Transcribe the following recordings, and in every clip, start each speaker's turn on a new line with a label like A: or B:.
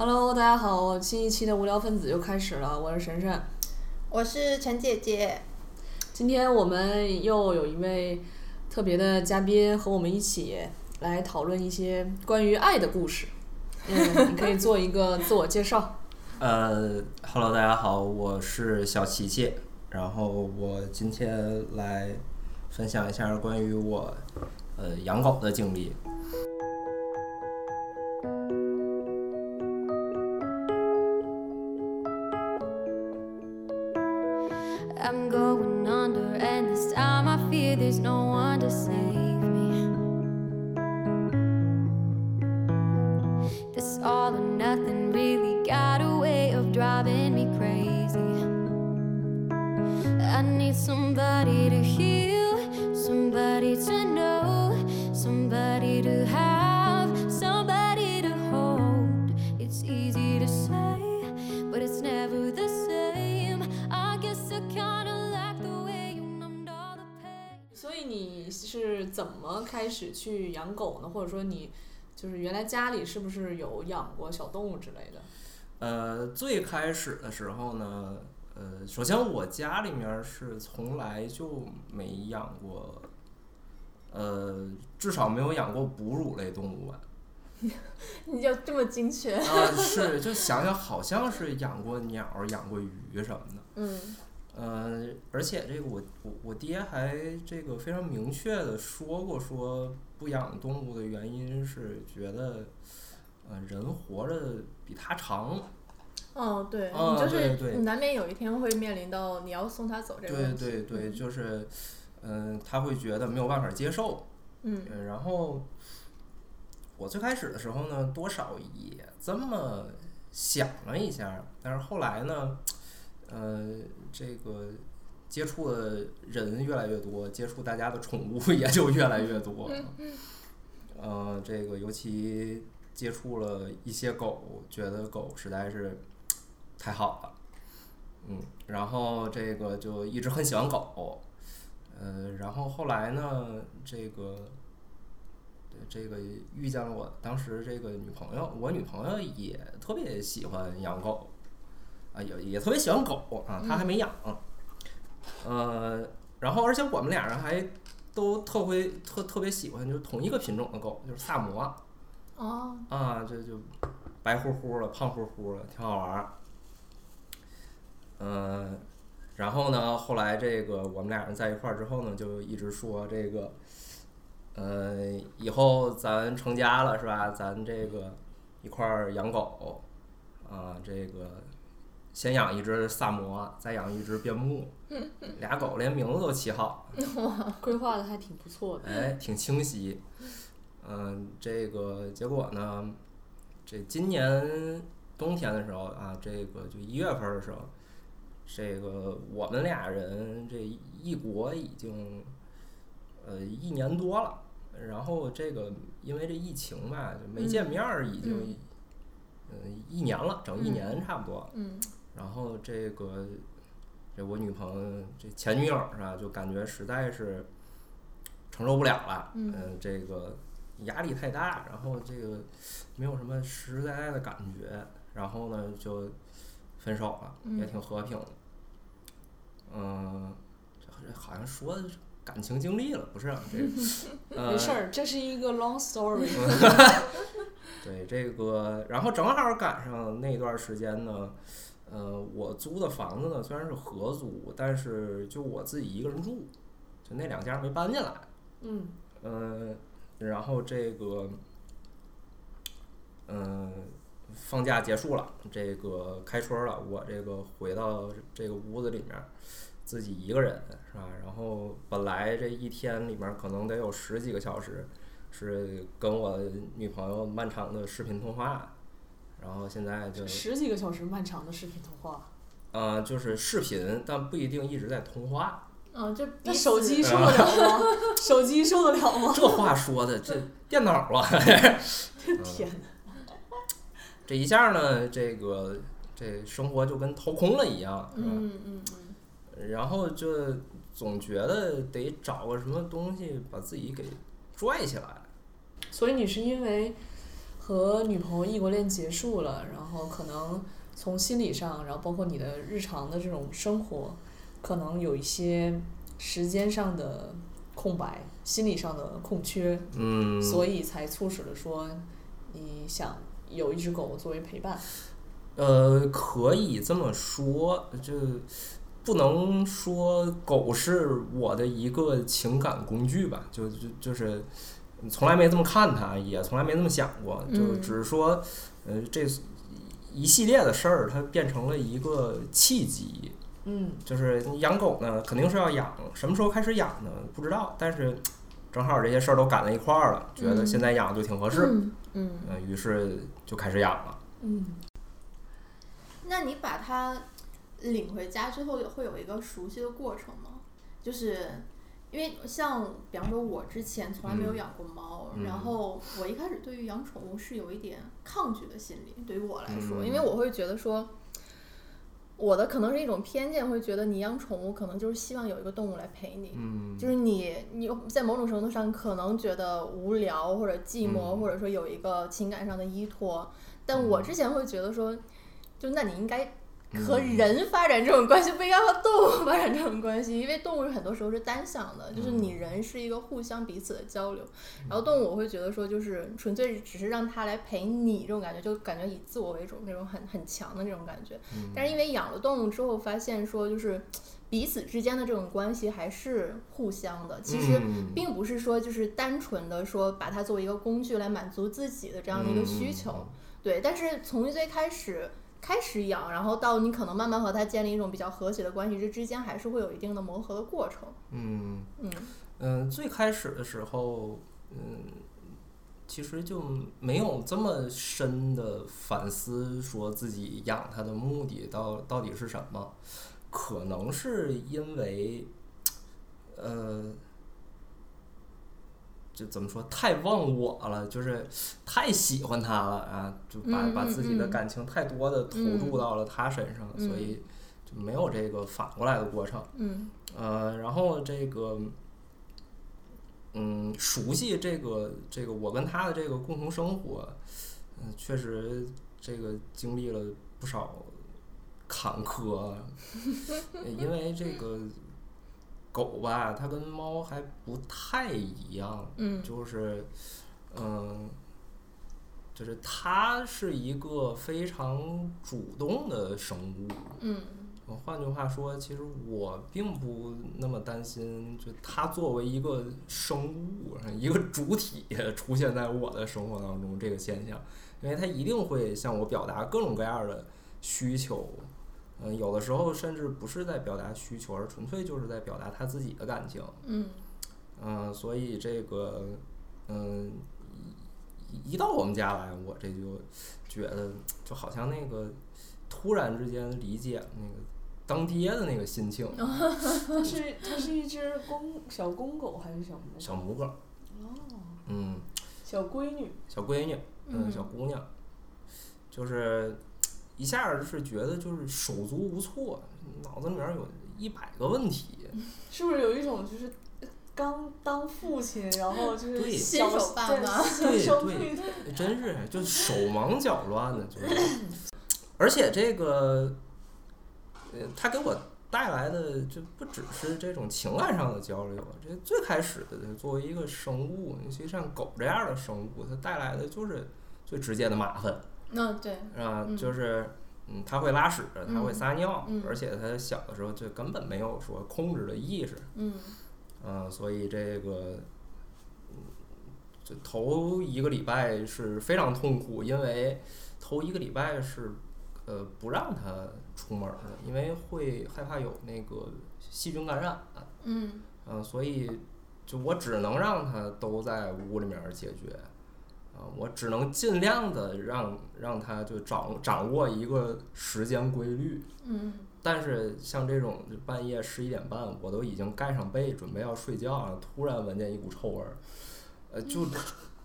A: Hello，大家好，新一期的无聊分子又开始了，我是神神。
B: 我是陈姐姐，
A: 今天我们又有一位特别的嘉宾和我们一起来讨论一些关于爱的故事。嗯，你可以做一个自我介绍。
C: 呃，Hello，大家好，我是小琪琪，然后我今天来分享一下关于我呃养狗的经历。
D: I'm going under, and this time I fear there's no one to save me. This all or nothing really got a way of driving me crazy. I need somebody to heal, somebody to know, somebody to have, somebody to hold. It's easy to say, but it's never the same. I guess I kinda like the way you numbed all the pain.
A: 所以你是怎么开始去养狗呢？或者说你就是原来家里是不是有养过小动物之类的？
C: 呃，最开始的时候呢，呃，首先我家里面是从来就没养过，呃，至少没有养过哺乳类动物吧。
B: 你就这么精确？
C: 啊、是，就想想好像是养过鸟儿、养过鱼什么的。
B: 嗯，
C: 呃，而且这个我我我爹还这个非常明确的说过，说不养动物的原因是觉得，呃，人活着比它长。
B: 哦，对，
C: 啊
B: 你就是
C: 对对
B: 你难免有一天会面临到你要送他走这个
C: 对
B: 问题。
C: 对对，就是，嗯、他会觉得没有办法接受。
B: 嗯
C: 呃然后我最开始的时候呢，多少也这么想了一下，但是后来呢，呃，这个接触的人越来越多，接触大家的宠物也就越来越多。呃，这个尤其接触了一些狗，觉得狗实在是太好了。嗯，然后这个就一直很喜欢狗，呃，然后后来呢，这个呃这个遇见了我当时这个女朋友，我女朋友也特别喜欢养狗，啊，也也特别喜欢狗啊，她还没养，呃，然后而且我们俩人还都特会特特别喜欢就是同一个品种的狗，就是萨摩
B: 哦，
C: 啊，这就白乎乎的，胖乎乎的，挺好玩儿。嗯、然后呢，后来这个我们俩人在一块儿之后呢，就一直说这个，呃，以后咱成家了是吧？咱这个一块儿养狗，啊、这个先养一只萨摩，再养一只边牧，俩狗连名字都起好
A: 规划的还挺不错的。
C: 哎，挺清晰。嗯，这个结果呢，这今年冬天的时候啊，这个就一月份儿的时候，这个我们俩人这异国已经呃一年多了，然后这个因为这疫情吧，就没见面儿，已经、呃一年了，整一年差不多。
B: 嗯，
C: 然后这个这我女朋友这前女友是吧，就感觉实在是承受不了了，呃
B: 嗯
C: 这个压力太大，然后这个没有什么实实在在的感觉，然后呢就分手了，也
B: 嗯
C: 挺和平的，嗯，这好像说的是感情经历了，不是啊这个呃
A: 没事儿，这是一个 long story。
C: 对这个，然后正好赶上那段时间呢，呃，我租的房子呢虽然是合租，但是就我自己一个人住，就那两家没搬进来，
A: 嗯，
C: 嗯、然后这个，嗯、放假结束了，这个开春了，我这个回到这个屋子里面，自己一个人是吧？然后本来这一天里面可能得有十几个小时是跟我女朋友漫长的视频通话，然后现在就
A: 十几个小时漫长的视频通话，
C: 呃就是视频，但不一定一直在通话。
B: 嗯，就
A: 那
B: 彼此
A: 手机受得
C: 啊
A: 了吗？ 手机受得了 吗？
C: 这话说的，这电脑啊， 嗯
A: 天哪！
C: 这一下呢，这个这生活就跟掏空了一样，是吧？
B: 嗯嗯嗯，
C: 然后就总觉得得找个什么东西把自己给拽起来。
A: 所以你是因为和女朋友异国恋结束了，然后可能从心理上，然后包括你的日常的这种生活，可能有一些时间上的空白，心理上的空缺，
C: 嗯，
A: 所以才促使了说你想有一只狗作为陪伴。
C: 呃，可以这么说，就不能说狗是我的一个情感工具吧，就就就是从来没这么看它，也从来没这么想过，就
B: 嗯
C: 只是说，呃，这一系列的事儿它变成了一个契机，
A: 嗯
C: 就是养狗呢肯定是要养，什么时候开始养呢？不知道，但是正好这些事儿都赶在一块儿了，觉得
B: 嗯
C: 现在养就挺合适，
B: 嗯嗯，
C: 呃，于是就开始养了。
A: 嗯，
B: 那你把它领回家之后，会有一个熟悉的过程吗？就是因为像比方说，我之前从来没有
C: 嗯
B: 养过猫，
C: 嗯
B: 然后我一开始对于养宠物是有一点抗拒的心理，对于我来说，
C: 嗯
B: 因为我会觉得说。我的可能是一种偏见，会觉得你养宠物可能就是希望有一个动物来陪你，
C: 嗯，
B: 就是你，你在某种程度上可能觉得无聊或者寂寞，
C: 嗯
B: 或者说有一个情感上的依托，但我之前会觉得说，就那你应该和
C: 嗯
B: 人发展这种关系，不应该和动物 发展这种关系，因为动物很多时候是单向的，就是
C: 嗯
B: 你人是一个互相彼此的交流，然后动物我会觉得说，就是纯粹只是让它来陪你这种感觉，就感觉以自我为主那种很很强的那种感觉，
C: 嗯
B: 但是因为养了动物之后，发现说就是彼此之间的这种关系还是互相的，其实
C: 嗯
B: 并不是说就是单纯的说把它作为一个工具来满足自己的这样的一个
C: 嗯
B: 需求，对。但是从最开始开始养，然后到你可能慢慢和它建立一种比较和谐的关系，这之间还是会有一定的磨合的过程。
C: 嗯
B: 嗯
C: 嗯，最开始的时候，嗯，其实就没有这么深的反思，说自己养它的目的到到底是什么？可能是因为，呃，就怎么说，太忘我了，就是太喜欢它了啊，就把、
B: 嗯
C: 把
B: 嗯
C: 自己的
B: 嗯
C: 感情太多的投
B: 嗯
C: 入到了它身上，所
B: 嗯
C: 以就没有这个反过来的过程。
B: 嗯
C: 呃，然后这个，嗯，熟悉这个这个我跟他的这个共同生活，嗯、确实这个经历了不少坎坷啊，呃因为这个狗吧，它跟猫还不太一样，
B: 嗯
C: 就是，嗯，就是它是一个非常主动的生物，
B: 嗯
C: 呃换句话说，其实我并不那么担心，就它作为一个生物、一个主体出现在我的生活当中这个现象，因为它一定会向我表达各种各样的需求。嗯，有的时候甚至不是在表达需求，而纯粹就是在表达他自己的感情。
B: 嗯
C: 嗯、所以这个，嗯、一一到我们家来，我这就觉得就好像那个突然之间理解那个当爹的那个心情，
A: 它是它是一只公小公狗还是小母狗？
C: 小母狗，
A: 哦，
C: 嗯，
A: 小闺女。
C: 小闺女，嗯，
B: 嗯
C: 小姑娘，就是一下儿是觉得就是手足无措，脑子里面有一百个问题，
A: 是不是有一种就是刚当父亲，然后就
C: 对
A: 是小
B: 新手爸妈
A: 对 新手
C: 对
A: 配对，
C: 真是就手忙脚乱的，就是，而且这个，呃，他给我带来的就不只是这种情感上的交流，这最开始的作为一个生物，尤其像狗这样的生物，它带来的就是最直接的麻烦，
B: 那对，
C: 啊，
B: 嗯
C: 就是。嗯，它会拉屎，它会
B: 嗯
C: 撒尿，
B: 嗯
C: 而且它小的时候就根本没有说控制的意识，
B: 嗯
C: 嗯，所以这个，嗯这头一个礼拜是非常痛苦，因为头一个礼拜是呃不让他出门儿的，因为会害怕有那个细菌感染，
B: 嗯
C: 嗯，所以就我只能让他都在屋里面儿解决，啊、我只能尽量的让让他就掌掌握一个时间规律，
B: 嗯
C: 但是像这种就半夜十一点半，我都已经盖上被准备要睡觉了，突然闻见一股臭味儿，呃，就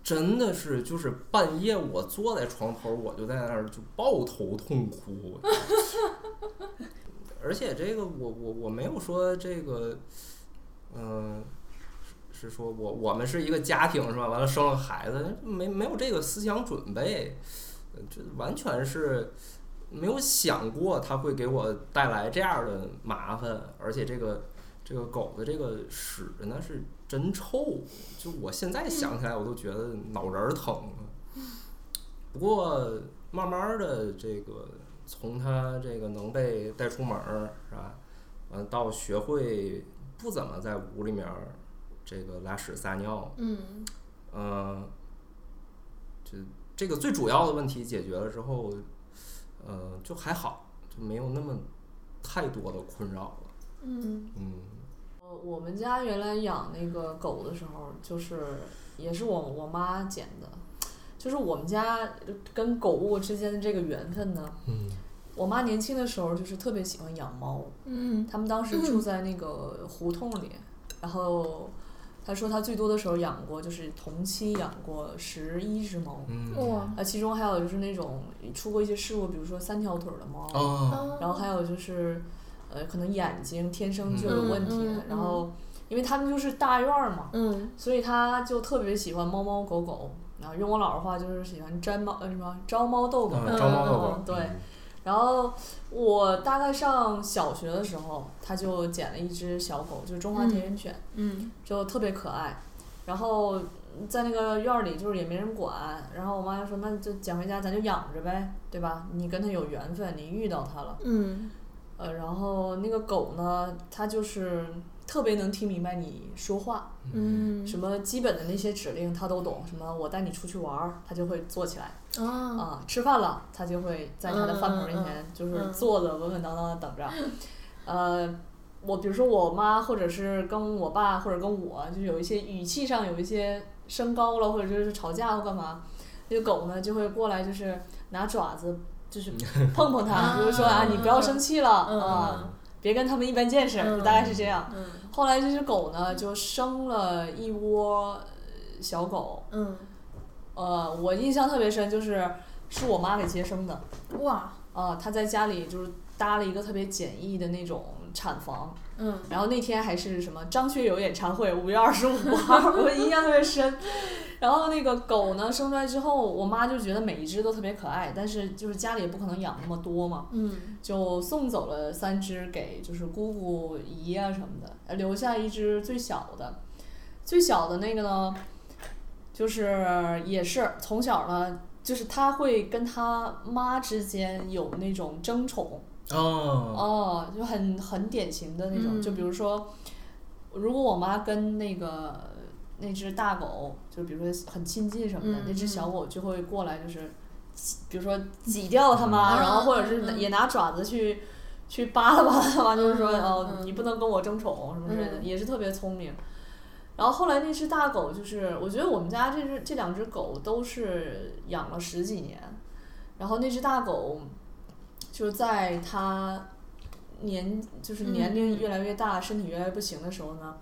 C: 真的是就是半夜我坐在床头，我就在那儿就抱头痛哭。 而且这个我我我没有说这个，嗯、是呃是说我我们是一个家庭是吧？完了生了孩子，没没有这个思想准备，呃这完全是没有想过它会给我带来这样的麻烦，而且这个这个狗的这个屎呢是真臭，就我现在想起来我都觉得脑仁儿疼。不过慢慢的这个从它这个能被带出门儿是吧？完到学会不怎么在屋里面儿这个拉屎撒尿，
B: 嗯
C: 嗯，这这个最主要的问题解决了之后，呃，就还好，就没有那么太多的困扰了。
B: 嗯
C: 嗯
A: 呃，我们家原来养那个狗的时候，就是也是我我妈捡的，就是我们家跟狗窝之间的这个缘分呢。
C: 嗯
A: 我妈年轻的时候就是特别喜欢养猫，
B: 嗯
A: 他们当时住在那个胡同里，然后她说她最多的时候养过就是同期养过十一只猫，
C: 嗯
B: 哇
A: 啊，其中还有就是那种出过一些事故，比如说三条腿儿的猫，
C: 哦
B: 啊
A: 然后还有就是，呃，可能眼睛天生就有问题，
B: 嗯嗯嗯
A: 然后因为他们就是大院儿嘛，
B: 嗯
A: 所以他就特别喜欢猫猫狗狗，然后用我姥儿话就是喜欢粘猫，呃，什么招猫逗狗。
C: 嗯招猫逗狗
A: 嗯，对然后我大概上小学的时候，他就捡了一只小狗，就是中华
B: 嗯
A: 田园犬，
B: 嗯
A: 就特别可爱。然后在那个院儿里，就是也没人管。然后我妈就说：“那就捡回家，咱就养着呗，对吧？你跟它有缘分，你遇到它了。”
B: 嗯
A: 呃，然后那个狗呢，它就是特别能听明白你说话，
B: 嗯
A: 什么基本的那些指令它都懂，什么我带你出去玩儿，它就会坐起来
B: 啊
A: 啊、吃饭了，它就会在它的饭盆儿面
B: 嗯嗯
A: 前就是
B: 嗯
A: 坐着稳稳当当的等着，呃。我比如说，我妈或者是跟我爸或者跟我，就有一些语气上有一些升高了，或者就是吵架或干嘛，那个狗呢就会过来，就是拿爪子就是碰碰它，比如说啊，你不要生气了
B: 嗯嗯
A: 啊，
B: 嗯
A: 别跟他们一般见识，
B: 嗯
A: 大概是这样。
B: 嗯
A: 后来这只狗呢，就生了一窝呃小狗，
B: 嗯
A: 呃，我印象特别深，就是是我妈给接生的，
B: 哇
A: 啊、她在家里就是搭了一个特别简易的那种产房，
B: 嗯
A: 然后那天还是什么张学友演唱会，五月二十五号， 我印象特别深。然后那个狗呢，生出来之后，我妈就觉得每一只都特别可爱，但是就是家里也不可能养那么多嘛，
B: 嗯
A: 就送走了三只给就是姑姑姨啊什么的，呃留下一只最小的，最小的那个呢，就是也是从小呢，就是他会跟他妈之间有那种争宠
C: 哦
A: 哦，就很很典型的那种，
B: 嗯
A: 就比如说，如果我妈跟那个那只大狗，就比如说很亲近什么的，
B: 嗯
A: 那只
B: 嗯
A: 小狗就会过来，就是比如说挤掉它妈，
B: 嗯
A: 然后或者
B: 嗯
A: 是
B: 嗯
A: 也拿爪子去、去扒拉扒拉它妈， 就是说、
B: 嗯嗯
A: 哦，
B: 嗯
A: 你不能跟我争宠什么之类的，
B: 嗯
A: 也是特别聪明。然后后来那只大狗，就是我觉得我们家这只这两只狗都是养了十几年，然后那只大狗就是在它年就是
B: 嗯
A: 年龄越来越大，身体越来越不行的时候呢，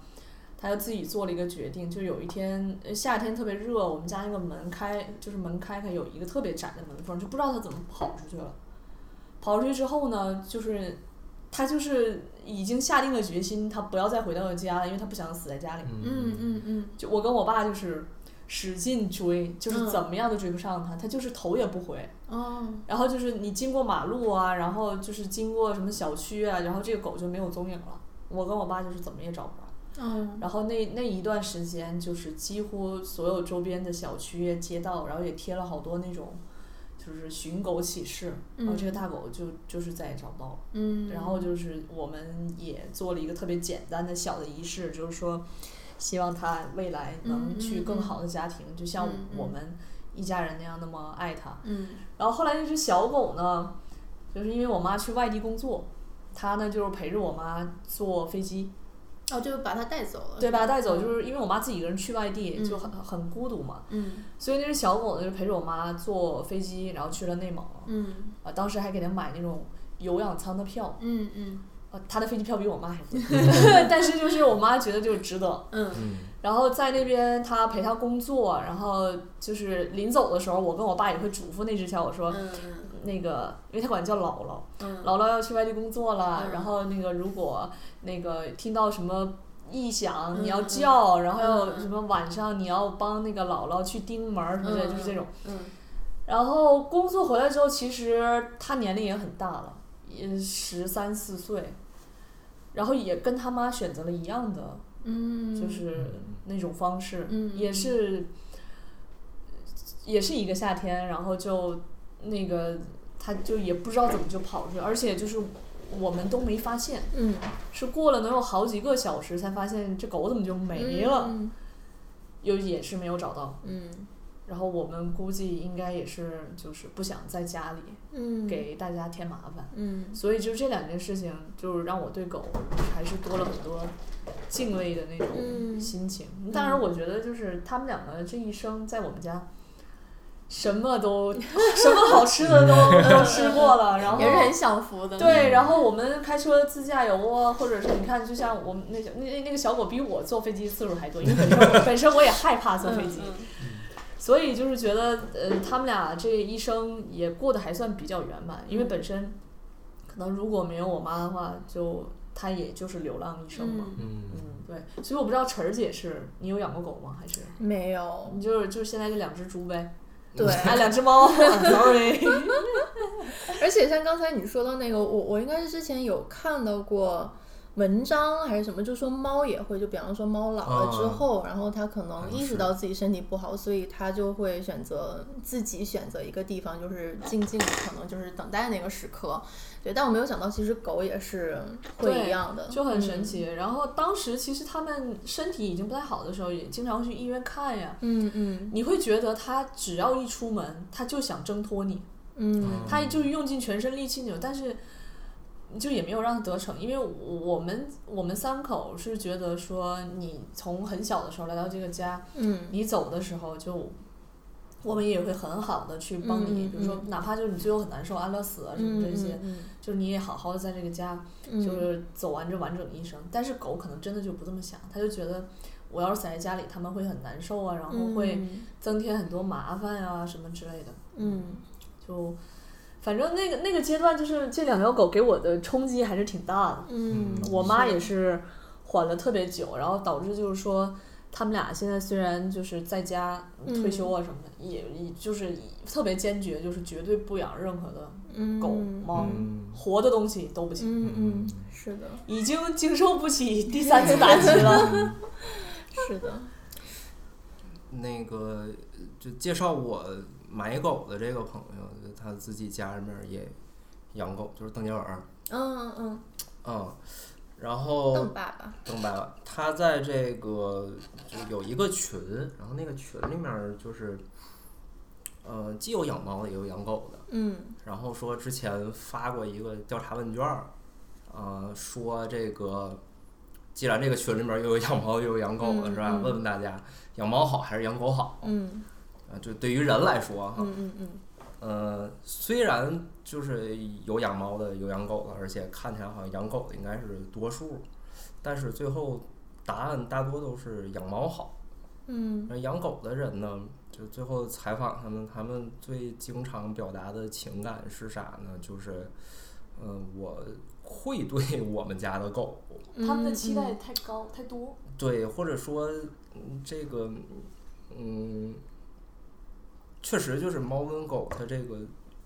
A: 它就自己做了一个决定，就有一天呃夏天特别热，我们家那个门开就是门开开有一个特别窄的门缝，就不知道它怎么跑出去了。跑出去之后呢，就是它就是已经下定了决心，它不要再回到家了，因为它不想死在家里。
B: 嗯嗯嗯
A: 就我跟我爸就是使劲追，就是
B: 嗯
A: 怎么样都追不上它，它就是头也不回。
B: 哦
A: 然后就是你经过马路啊，然后就是经过什么小区啊，然后这个狗就没有踪影了。我跟我爸就是怎么也找不着。
B: 哦
A: 然后那那一段时间，就是几乎所有周边的小区、街道，然后也贴了好多那种就是寻狗启事，然后这个大狗就就是再也找不到了。
B: 嗯
A: 然后就是我们也做了一个特别简单的小的仪式，就是说，希望它未来能去更好的家庭，就像
B: 嗯嗯
A: 我们一家人那样那么爱它。
B: 嗯
A: 然后后来那只小狗呢，就是因为我妈去外地工作，它呢就是陪着我妈坐飞机，
B: 哦就把它带走了
A: 对，把它带走，就是因为我妈自己一个人去外地
B: 嗯
A: 就很很孤独嘛，
B: 嗯
A: 所以那只小狗呢就陪着我妈坐飞机，然后去了内蒙，
B: 嗯
A: 啊，当时还给它买那种有氧舱的票，
B: 嗯嗯
A: 呃，他的飞机票比我妈还贵，但是就是我妈觉得就是值得。
B: 嗯
C: 嗯
A: 然后在那边她陪她工作，然后就是临走的时候，我跟我爸也会嘱咐那只小狗说，
B: 嗯
A: 那个因为她管她叫姥姥，
B: 嗯
A: 姥姥要去外地工作了，
B: 嗯
A: 然后那个如果那个听到什么。异响，
B: 嗯
A: 你要叫，然后
B: 嗯
A: 要
B: 嗯
A: 什么晚上你要帮那个姥姥去盯门儿什么的，
B: 嗯
A: 就是这种。
B: 嗯，
A: 然后工作回来之后，其实他年龄也很大了，也十三四岁，然后也跟他妈选择了一样的，
B: 嗯，
A: 就是那种方式，
B: 嗯
A: 也是也是一个夏天，然后就那个他就也不知道怎么就跑出去，而且就是我们都没发现，
B: 嗯
A: 是过了能有好几个小时才发现这狗怎么就没了，
B: 嗯
A: 又也是没有找到。
B: 嗯
A: 然后我们估计应该也是就是不想在家里
B: 嗯，
A: 给大家添麻烦，
B: 嗯
A: 所以就这两件事情，就是让我对狗还是多了很多敬畏的那种
B: 嗯
A: 心情。当然，我觉得就是他们两个这一生在我们家。什么 都，什么好吃的都都吃过了，然后
B: 也是很享福的，
A: 对，然后我们开车自驾游啊，或者是你看，就像我们那小那那那个小狗比我坐飞机次数还多，因为本身我本身我也害怕坐飞机，
B: 嗯
A: 所以就是觉得呃，他们俩这一生也过得还算比较圆满，因为本身可能如果没有我妈的话，就她也就是流浪一生嘛。
B: 嗯
A: 嗯
C: 嗯，
A: 对，所以我不知道晨儿姐是你有养过狗吗？还是
B: 没有，
A: 你嗯就是就是现在就两只猪呗？
B: 对，
A: 啊，两只猫 I'm，sorry。
B: 而且像刚才你说到那个，我我应该是之前有看到过文章还是什么，就说猫也会，就比方说猫老了之后，然后它哦可能意识到自己身体不好，所以它就会选择自己选择一个地方，就是静静的，可能就是等待那个时刻。对，但我没有想到，其实狗也是会
A: 对
B: 一样的，
A: 就很神
B: 嗯。
A: 奇。然后当时其实他们身体已经不太好的时候，也经常去医院看呀。
B: 嗯嗯
A: 你会觉得它只要一出门，它就想挣脱你，
B: 嗯
A: 它就是用尽全身力气扭，但是就也没有让它得逞，因为我们我们三口是觉得说，你从很小的时候来到这个家，
B: 嗯
A: 你走的时候就。我们也会很好的去帮你，
B: 嗯嗯
A: 比如说
B: 嗯，
A: 哪怕就是你最后很难受、安乐死啊什么这些，
B: 嗯
A: 就是你也好好的在这个家
B: 嗯
A: 就是走完这完整的一生。但是狗可能真的就不这么想，它就觉得我要是死在家里，它们会很难受啊，然后会增添很多麻烦啊什么之类的。
B: 嗯
A: 就反正那个那个阶段，就是这两条狗给我的冲击还是挺大的。
B: 嗯
C: 嗯
A: 我妈也是缓了特别久，然后导致就是说。他们俩现在虽然就是在家
B: 嗯
A: 退休啊什么的，也也就是特别坚决，就是绝对不养任何的
B: 嗯
A: 狗、猫，
C: 嗯
A: 活的东西都不行。
B: 嗯嗯是的。
A: 已经经受不起第三次打击了。
B: 是的，
C: 那个就介绍我买狗的这个朋友，就他自己家里面也养狗，就是邓家文儿，
B: 嗯嗯
C: 嗯，然
B: 嗯，
C: 后
B: 邓爸爸，
C: 邓白了，他在这个就有一个群，然后那个群里面儿就是，呃，既有养猫的，也有养狗的。
B: 嗯
C: 然后说之前发过一个调查问卷儿，呃，说这个既然这个群里面儿又有养猫又有养狗的是吧？
B: 嗯嗯
C: 问问大家养猫好还是养狗好？
B: 嗯
C: 啊，就对于人来说哈，
B: 嗯嗯嗯
C: 呃，虽然就是有养猫的，有养狗的，而且看起来好像养狗的应该是多数，但是最后答案大多都是养猫好。
B: 嗯
C: 那养狗的人呢，就最后采访他们，他们最经常表达的情感是啥呢？就是，嗯、我会对我们家的狗，
B: 嗯，嗯
A: 太高太多。
C: 对，或者说嗯这个，嗯，确实就是猫跟狗它这个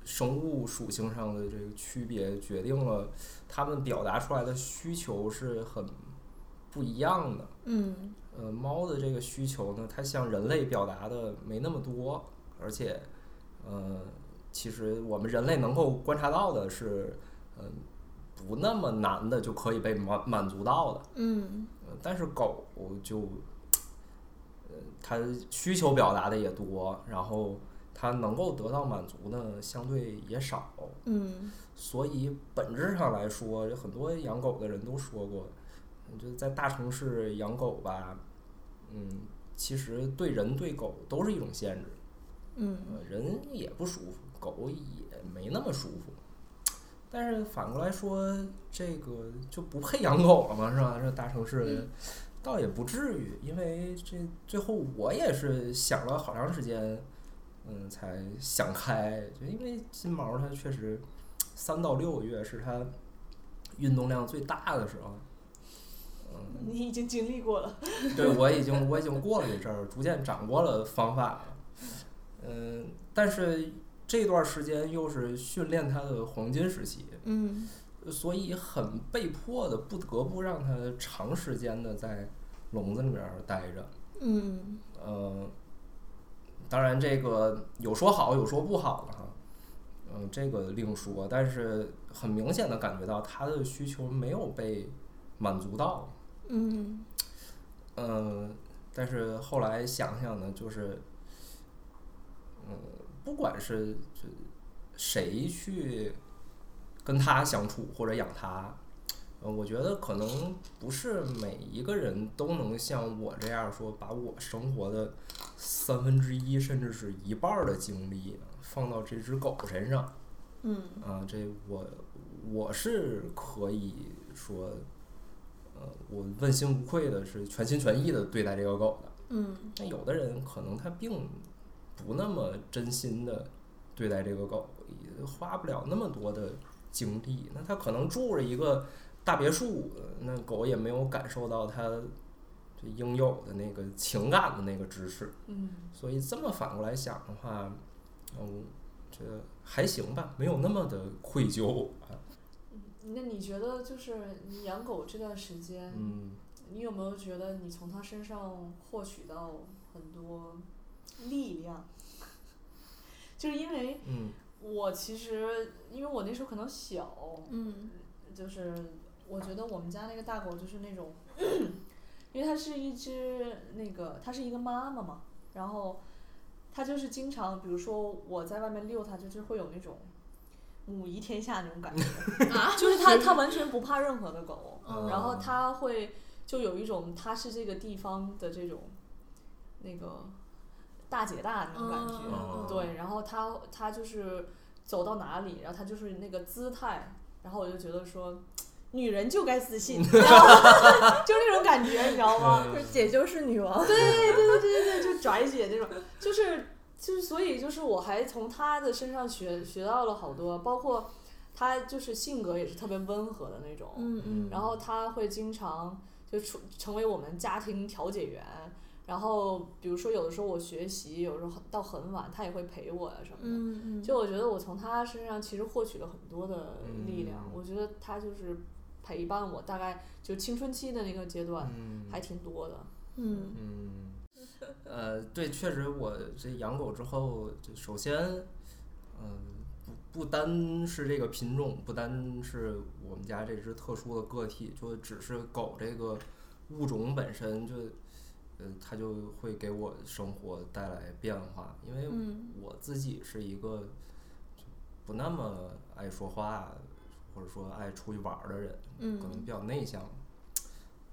C: 生物属性上的这个区别，决定了它们表达出来的需求是很不一样的。
B: 嗯
C: 呃，猫的这个需求呢，它像人类表达的没那么多，而且，呃，其实我们人类能够观察到的是，嗯、不那么难的就可以被满满足到的。
B: 嗯
C: 呃但是狗就，呃，它需求表达的也多，然后它能够得到满足的相对也少，
B: 嗯
C: 所以本质上来说，很多养狗的人都说过，嗯就是在大城市养狗吧，嗯，其实对人对狗都是一种限制，
B: 嗯
C: 呃人也不舒服，狗也没那么舒服。但是反过来说，这个就不配养狗了嘛，是吧？这大城市人倒也不至于，因为这最后我也是想了好长时间，嗯，才想开。就因为金毛它确实三到六个月是它运动量最大的时候，嗯，
A: 你已经经历过了，
C: 对我已经我已经过了这阵儿，逐渐掌握了方法了。嗯，但是这段时间又是训练他的黄金时期，呃
B: 嗯
C: 所以很被迫的，不得不让他长时间的在笼子里面儿待着。
B: 嗯
C: 嗯，当然这个有说好有说不好的哈，嗯，这个另说。但是很明显的感觉到他的需求没有被满足到。
B: 嗯
C: 嗯，但是后来想想呢，就是，嗯，不管是就谁去跟他相处或者养他，呃，我觉得可能不是每一个人都能像我这样说，把我生活的三分之一甚至是一半儿的精力放到这只狗身上。
B: 嗯
C: 啊，这我我是可以说，呃，我问心无愧的是全心全意的对待这个狗的。
B: 嗯
C: 那有的人可能他并不那么真心的对待这个狗，也花不了那么多的精力。那他可能住着一个大别墅，那狗也没有感受到它这应有的那个情感的那个支持。
A: 嗯
C: 所以这么反过来想的话，嗯，这还行吧，没有那么的愧疚啊。
A: 那你觉得就是你养狗这段时间，
C: 嗯，
A: 你有没有觉得你从它身上获取到很多力量？ 就是因为
C: 嗯
A: 我其实因为我那时候可能小，
B: 嗯
A: 就是我觉得我们家那个大狗就是那种， 因为它是一只那个，它是一个妈妈嘛，然后它就是经常，比如说我在外面遛它，就是会有那种母仪天下那种感觉，
B: 啊，
A: 就是它它完全不怕任何的狗，
C: 嗯
A: 然后它会就有一种它是这个地方的这种那个大姐大那种感觉，
C: 嗯
A: 对，然后他他就是走到哪里，然后他就是那个姿态，然后我就觉得说，女人就该自信，然后就那种感觉，你知道吗？
B: 就是姐就是女王，
A: 对对对对对，就拽姐那种，就是就是，所以就是我还从他的身上学学到了好多，包括他就是性格也是特别温和的那种，
B: 嗯嗯
A: 然后他会经常就出成为我们家庭调解员，然后比如说有的时候我学习，有时候很到很晚，他也会陪我呀什么的。
B: 嗯嗯，
A: 就我觉得我从他身上其实获取了很多的力量，
C: 嗯
A: 我觉得他就是陪伴我大概就青春期的那个阶段
C: 嗯
A: 还挺多的。
B: 嗯
C: 嗯，呃，对，确实，我这养狗之后，这首先，嗯、不不单是这个品种，不单是我们家这只特殊的个体，就只是狗这个物种本身就，呃，它就会给我生活带来变化，因为
B: 嗯
C: 我自己是一个就不那么爱说话，或者说爱出去玩儿的人，可能
B: 嗯
C: 比较内向。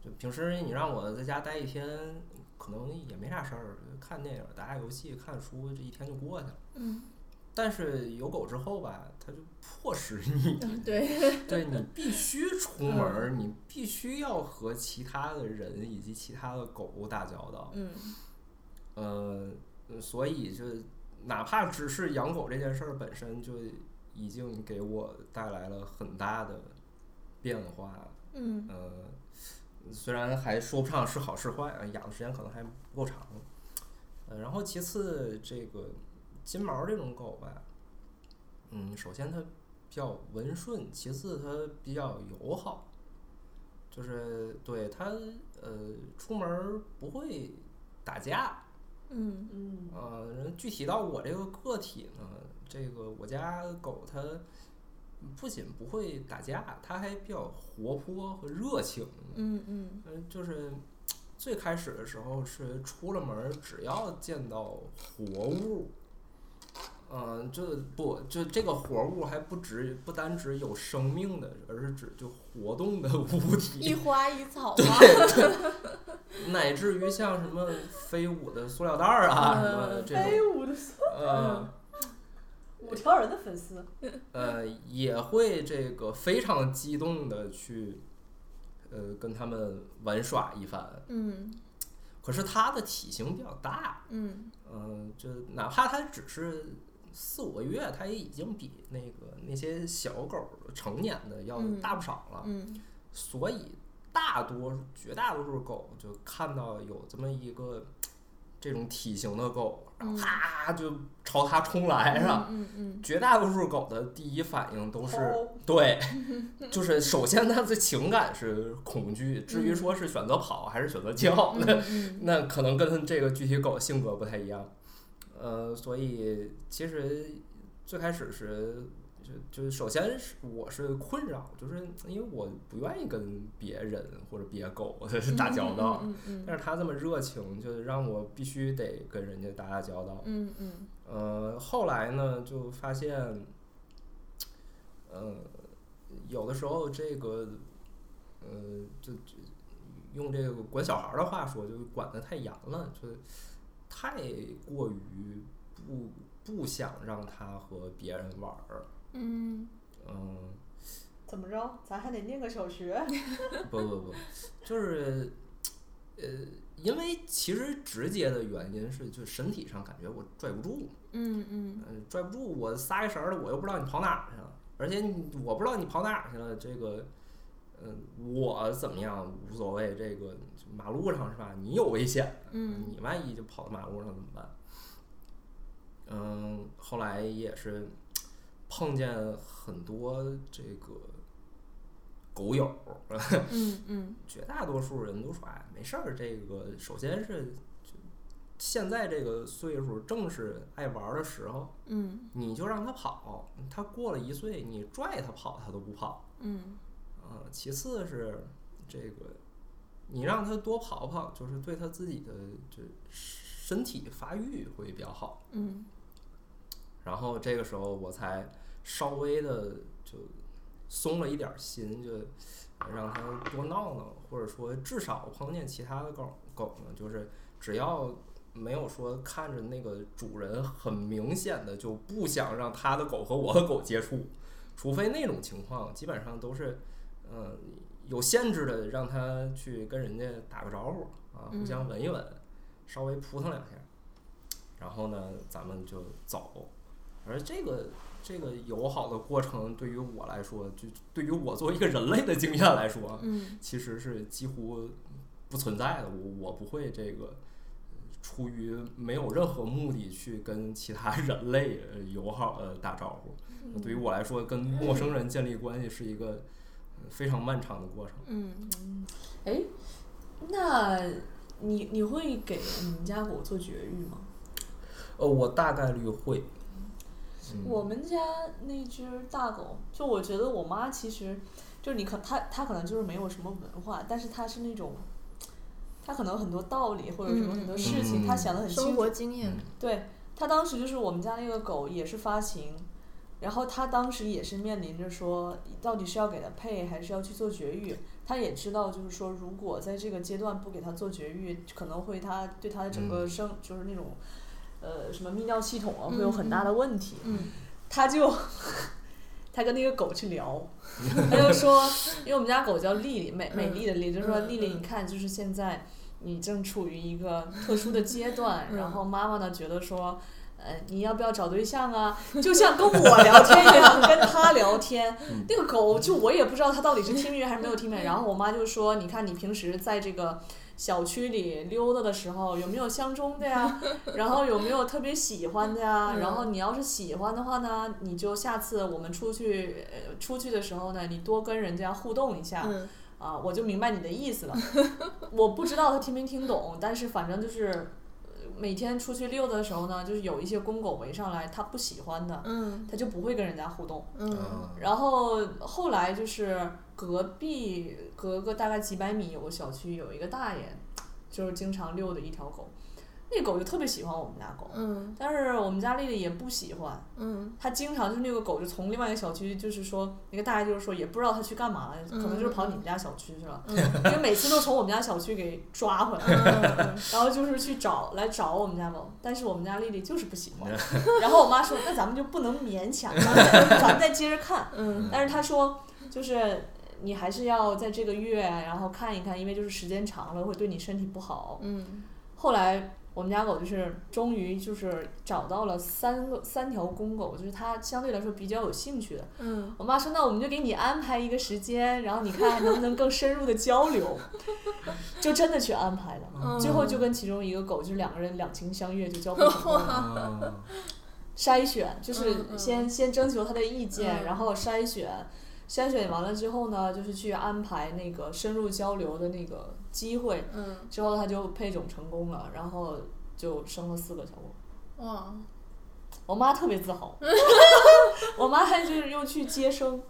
C: 就平时你让我在家待一天，可能也没啥事儿，看电影、打打游戏、看书，这一天就过去了。
B: 嗯
C: 但是有狗之后吧，它就迫使你，
B: 嗯，对，
C: 对你必须出门儿，你必须要和其他的人以及其他的狗打交道。
B: 嗯
C: 呃，所以就哪怕只是养狗这件事儿本身，就已经给我带来了很大的变化。
B: 嗯
C: 呃，虽然还说不上是好是坏，呃养的时间可能还不够长。呃，然后其次，这个金毛这种狗吧，嗯，首先它比较温顺，其次它比较友好，就是对它呃出门儿不会打架，
B: 嗯
A: 嗯
C: 呃，然后具体到我这个个体呢，这个我家狗它不仅不会打架，它还比较活泼和热情。
B: 嗯嗯
C: 嗯，就是最开始的时候是出了门儿，只要见到活物，嗯，这不就这个活物还不止不单指有生命的，而是指就活动的物
B: 一
C: 体，
B: 花一草嘛，
C: 乃至于像什么飞舞的塑料袋儿啊，什么
B: 嗯
C: 这种，
A: 舞哎的
C: 呃。
A: 五条人的粉丝，
C: 呃，也会这个非常激动的去，呃，跟他们玩耍一番。
B: 嗯
C: 可是它的体型比较大，
B: 嗯
C: 嗯、就哪怕它只是四五个月，它也已经比那个那些小狗成年的要
B: 嗯
C: 大不少了。
B: 嗯
C: 所以大多数、绝大多数狗就看到有这么一个这种体型的狗，然后啪就朝它冲来是吧？
B: 嗯嗯
C: 绝大多数狗的第一反应都是
A: 哦
C: 对， 就是首先它的情感是恐惧，至于说是选择跑还是选择叫，那
B: 嗯
C: 那可能跟这个具体狗性格不太一样。呃，所以其实最开始是就就是首先是我是困扰，就是因为我不愿意跟别人或者别狗 打交道，
B: 嗯嗯
C: 但是他这么热情，就是让我必须得跟人家打打交道。
B: 嗯嗯
C: 呃，后来呢，就发现，呃，有的时候这个，呃，就就用这个管小孩儿的话说，就是管得太严了，就是太过于不不想让他和别人玩儿。
B: 嗯
C: 嗯、
A: 怎么着？咱还得念个小学？
C: 不不不，就是，呃，因为其实直接的原因是，就身体上感觉我拽不住。
B: 嗯嗯
C: 嗯，拽不住我撒个绳儿了，我又不知道你跑哪儿去了，而且你我不知道你跑哪儿去了，这个，嗯、我怎么样无所谓，这个就马路上是吧？你有危险，
B: 嗯
C: 你万一就跑到马路上怎么办？嗯，后来也是碰见很多这个狗友，
B: 嗯嗯
C: 绝大多数人都说哎没事儿，这个首先是就现在这个岁数正是爱玩儿的时候。
B: 嗯
C: 你就让他跑，他过了一岁，你拽他跑，他都不跑。
B: 嗯
C: 啊、其次是这个，你让他多跑跑，就是对他自己的这身体发育会比较好。
B: 嗯
C: 然后这个时候我才稍微的就松了一点儿心，就让它多闹闹，或者说至少碰见其他的狗狗呢，就是只要没有说看着那个主人很明显的就不想让他的狗和我的狗接触，除非那种情况，基本上都是嗯、呃有限制的让它去跟人家打个招呼啊，互相闻一闻，稍微扑腾两下。然后呢，咱们就走。而这个这个友好的过程，对于我来说，就对于我作为一个人类的经验来说，
B: 嗯
C: 其实是几乎不存在的。我我不会这个呃出于没有任何目的去跟其他人类呃友好的打招呼。
A: 嗯
C: 对于我来说，跟陌生人建立关系是一个呃非常漫长的过程。
B: 嗯
A: 哎，那你你会给你们家狗做绝育吗？
C: 呃，我大概率会。
A: 我们家那只大狗，就我觉得我妈其实，就是你可她她可能就是没有什么文化，但是她是那种，她可能很多道理或者什么
B: 嗯
A: 很多事情，她
C: 嗯
A: 想的很
B: 生
A: 清楚
B: 活。经验
A: 对，她当时就是我们家那个狗也是发情，然后她当时也是面临着说，到底是要给它配还是要去做绝育？她也知道就是说，如果在这个阶段不给它做绝育，可能会它对它的整个
C: 嗯
A: 生、就是那种，呃，什么泌尿系统啊会
B: 嗯
A: 有很大的问题。
B: 嗯
A: 他就 他跟那个狗去聊，他就说，因为我们家狗叫丽丽，美美丽的丽，就说
B: 嗯
A: 丽丽，
B: 嗯
A: 你看，就是现在你正处于一个特殊的阶段，
B: 嗯
A: 然后妈妈呢觉得说。呃，你要不要找对象啊？就像跟我聊天一样，跟他聊天。那个狗就我也不知道它到底
B: 嗯
A: 是听命还是没有听命。然后我妈就说：“你看你平时在这个小区里溜达的时候，有没有相中的呀？然后有没有特别喜欢的呀？
B: 嗯
A: 然后你要是喜欢的话呢，你就下次我们出去呃出去的时候呢，你多跟人家互动一下、
B: 嗯
A: 啊，我就明白你的意思了。 我不知道他听没听懂，但是反正就是呃每天出去溜达的时候呢，就是有一些公狗围上来，他不喜欢的，
B: 嗯
A: 他就不会跟人家互动。
B: 嗯
A: 然后后来就是隔壁隔个大概几百米有个小区有一个大爷，就是经常遛的一条狗，那狗就特别喜欢我们家狗，
B: 嗯
A: 但是我们家丽丽也不喜欢，
B: 嗯
A: 她经常就是那个狗就从另外一个小区，就是说那个大爷就是说也不知道它去干嘛了，可能就是跑你们家小区去了，因为每次都从我们家小区给抓回来。 然后就是去找来找我们家狗，但是我们家丽丽就是不喜欢。然后我妈说：“那咱们就不能勉强，咱们再咱们再接着看。”
B: 嗯
A: 但是他说，就是你还是要在这个月，然后看一看，因为就是时间长了会对你身体不好。
B: 嗯
A: 后来我们家狗就是终于就是找到了三个三条公狗，就是它相对来说比较有兴趣的。
B: 嗯，
A: 我妈说：“那我们就给你安排一个时间，然后你看能不能更深入的交流。”就真的去安排了。
B: 嗯
A: 最后就跟其中一个狗，就是两个人两情相悦，就交配成功了。
C: 啊，
A: 筛选，就是
B: 嗯嗯
A: 先、先征求他的意见，
B: 嗯
A: 然后筛选，筛选完了之后呢，就是去安排那个深入交流的那个机会。
B: 嗯，
A: 之后他就配种成功了，然后就生了四个小狗。
B: 哇，
A: 我妈特别自 豪，我妈还就是又去接生，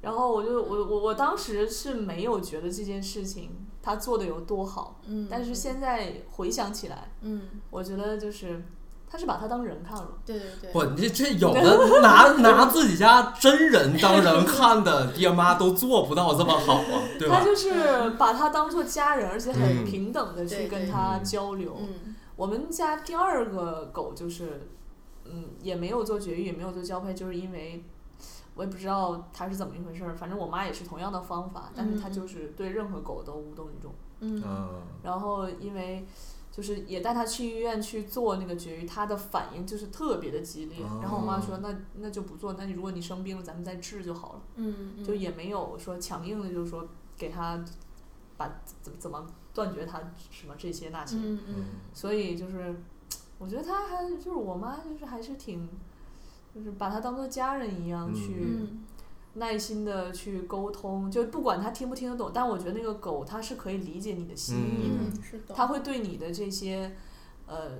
A: 然后我就我我我当时是没有觉得这件事情她做的有多好，
B: 嗯，
A: 但是现在回想起来，
B: 嗯，
A: 我觉得就是她是把它当人看了。
B: 对对对，
C: 不，你这这有的拿拿自己家真人当 人看的爹妈都做不到这么好啊，对
A: 他
C: 吧？
A: 就是把他当做家人，而且很
C: 嗯
A: 平等的去
B: 对
A: 跟
B: 对
A: 他
C: 嗯
A: 交流。
B: 嗯
A: 我们家第二个狗就是，嗯，也没有做绝育，也没有做交配，就是因为我也不知道它是怎么一回事儿。反正我妈也是同样的方法，但是她
B: 嗯
A: 就是对任何狗都无动于衷。
B: 嗯
C: 嗯，
A: 然后因为就是也带它去医院去做那个绝育，它的反应就是特别的激烈。
C: 哦
A: 然后我妈说：“那那就不做，那你如果你生病了，咱们再治就好了。”
B: 嗯，
A: 就也没有说强硬的，就是说给他把怎么怎么断绝他什么这些那些，
B: 嗯
C: 嗯
B: 嗯
A: 所以就是我觉得他还就是我妈就是还是挺就是把他当做家人一样
C: 嗯
A: 去
B: 嗯
A: 耐心的去沟通，就不管他听不听得懂，但我觉得那个狗它是可以理解你的心意的，
B: 嗯，是的，
A: 它会对你的这些呃。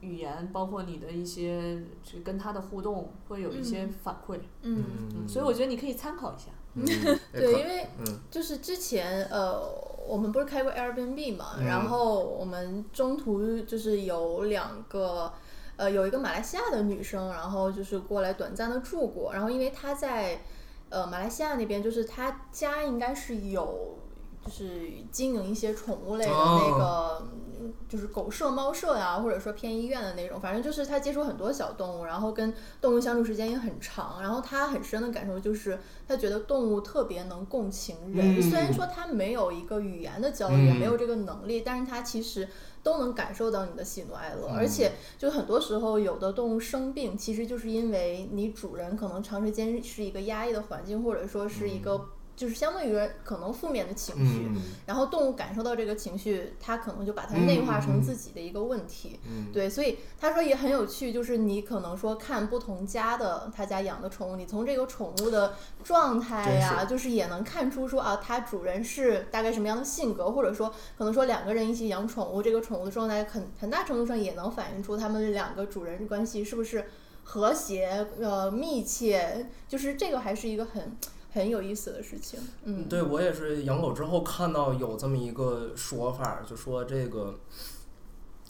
A: 语言包括你的一些就跟它的互动，会有一些
B: 嗯
A: 反馈，
B: 嗯。
A: 嗯所以我觉得你可以参考一下。
C: 嗯
B: 对，因为
C: 嗯
B: 就是之前呃，我们不是开过 Airbnb 嘛，
C: 嗯
B: 然后我们中途就是有两个。呃，有一个马来西亚的女生，然后就是过来短暂的住过，然后因为她在呃马来西亚那边，就是她家应该是有就是经营一些宠物类的
C: 哦
B: 那个，嗯就是狗舍、猫舍呀、或者说偏医院的那种，反正就是她接触很多小动物，然后跟动物相处时间也很长，然后她很深的感受就是她觉得动物特别能共情人，
C: 嗯
B: 虽然说她没有一个语言的交流，也
C: 嗯
B: 没有这个能力，但是她其实都能感受到你的喜怒哀乐，而
C: 嗯
B: 且就很多时候，有的动物生病，其实就是因为你主人可能长时间是一个压抑的环境，或者说是一个就是相当于可能负面的情绪，
C: 嗯
B: 然后动物感受到这个情绪，它可能就把它内化成自己的一个问题。
C: 嗯，
B: 对，所以他说也很有趣，就是你可能说看不同家的他家养的宠物，你从这个宠物的状态呀、
C: 真是
B: 就是也能看出说啊，它主人是大概什么样的性格，或者说可能说两个人一起养宠物，这个宠物的状态很很大程度上也能反映出他们两个主人关系是不是和谐呃密切，就是这个还是一个很很有意思的事情。嗯，
C: 对我也是养狗之后看到有这么一个说法儿，就说这个，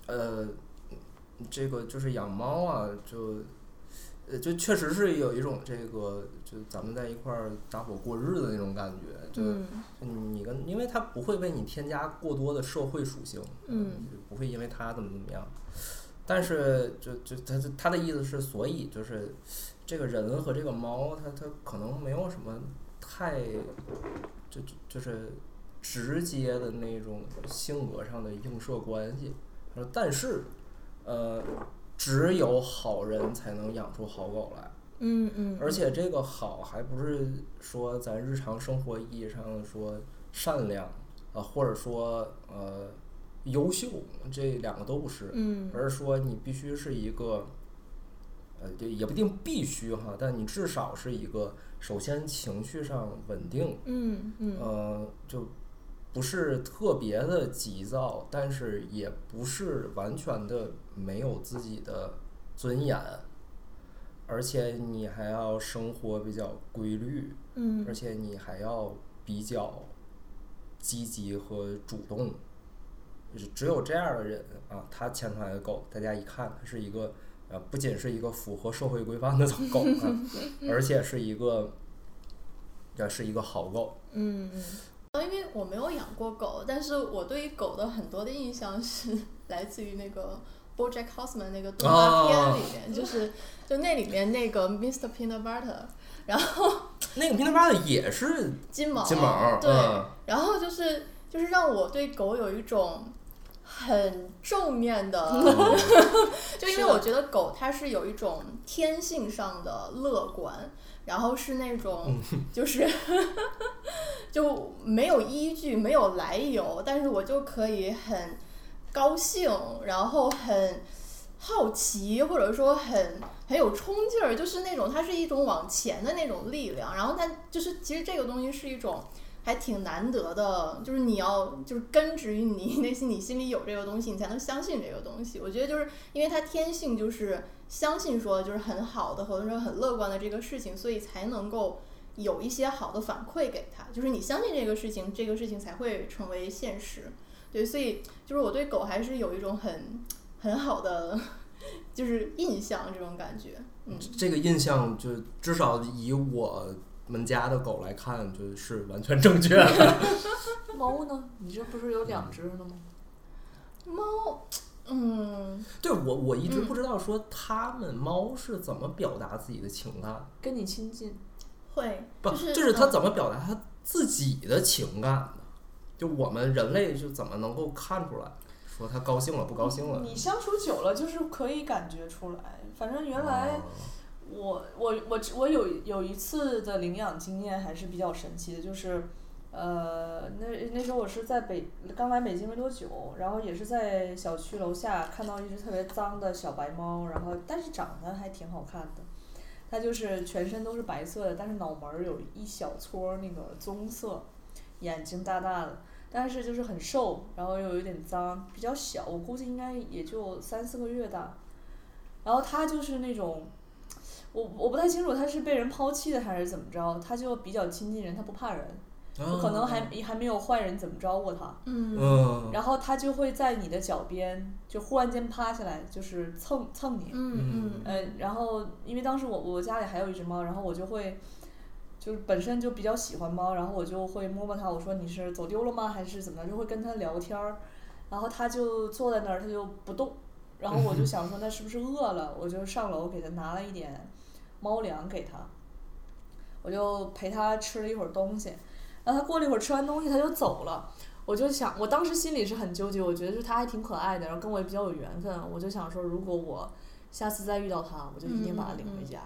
C: 呃，这个就是养猫啊，就，呃，就确实是有一种这个，就咱们在一块儿搭伙过日子那种感觉，就
B: 嗯
C: 你跟，因为它不会为你添加过多的社会属性，
B: 嗯，
C: 不会因为它怎么怎么样。但是就就他他的意思是，所以就是这个人和这个猫，它它可能没有什么太就就就是直接的那种性格上的映射关系。他说，但是呃，只有好人才能养出好狗来。
B: 嗯嗯，
C: 而且这个好还不是说咱日常生活意义上的说善良啊、或者说呃优秀，这两个都不是，
B: 嗯
C: 而是说你必须是一个，呃，就也不一定必须哈，但你至少是一个首先情绪上稳定，
B: 嗯嗯
C: 呃，就不是特别的急躁，但是也不是完全的没有自己的尊严，而且你还要生活比较规律，
B: 嗯
C: 而且你还要比较积极和主动。就是只有这样的人啊，他牵出来的狗，大家一看，它是一个呃，不仅是一个符合社会规范的狗 啊，而且是一个，呃，是一个好狗。
B: 嗯，嗯，呃因为我没有养过狗，但是我对于狗的很多的印象是 来自于那个。BoJack Horseman 那个动画片里
C: 哦
B: 面，就是就那里面那个 Mr. Peanut Butter，然后
C: 那个 p i n 也是
B: 金毛，
C: 金毛，
B: 对，
C: 嗯
B: 然后就是就是让我对狗有一种很正 面的， 就因
A: 嗯是
B: 为
A: 的
B: 我觉得狗它是有一种天性上的乐观，然后是那种
A: 嗯
B: 就是 就没有依据、没有来由，但是我就可以很高兴，然后很好奇，或者说很很有冲劲儿，就是那种它是一种往前的那种力量。然后它就是其实这个东西是一种还挺难得的，就是你要就是根植于你内心，你心里有这个东西，你才能相信这个东西。我觉得就是因为它天性就是相信说就是很好的或者说很乐观的这个事情，所以才能够。有一些好的反馈给他，就是你相信这个事情，这个事情才会成为现实。对，所以就是我对狗还是有一种很很好的就是印象这种感觉。嗯，
C: 这个印象就至少以我们家的狗来看，就是完全正确的。
A: 猫呢？你这不是有两只了吗？
B: 猫，嗯，
C: 对我，我一直不知道说它们猫是怎么表达自己的情感，
A: 跟你亲近，
B: 会，
C: 不，
B: 是
C: 就是它
B: 嗯
C: 怎么表达它自己的情感的？就我们人类就怎么能够看出来，说它高兴了不高兴了？
A: 你相处久了就是可以感觉出来。反正原来
C: 哦
A: 我我我我有有一次的领养经验还是比较神奇的，就是，呃，那那时候我是在北刚来北京没多久，然后也是在小区楼下看到一只特别脏的小白猫，然后但是长得还挺好看的，它就是全身都是白色的，但是脑门儿有一小撮儿那个棕色，眼睛大大的，但是就是很瘦，然后又有点脏，比较小，我估计应该也就三四个月大，然后它就是那种。我我不太清楚他是被人抛弃的还是怎么着，他就比较亲近人，他不怕人，
C: 哦
A: 就可能还还没有坏人怎么招呼他，
B: 嗯
C: 嗯
A: 然后他就会在你的脚边就忽然间趴下来，就是蹭蹭你，
B: 嗯嗯，
A: 嗯，然后因为当时我我家里还有一只猫，然后我就会，就是本身就比较喜欢猫，然后我就会摸摸它，我说你是走丢了吗，还是怎么着，就会跟它聊天儿，然后它就坐在那儿，它就不动，然后我就想说那是不是饿了，我就上楼给它拿了一点猫粮给它，我就陪它吃了一会儿东西，然后它过了一会儿吃完东西它就走了。我就想，我当时心里是很纠结，我觉得就是它还挺可爱的，然后跟我也比较有缘分，我就想说，如果我下次再遇到它，我就一定把它领回家。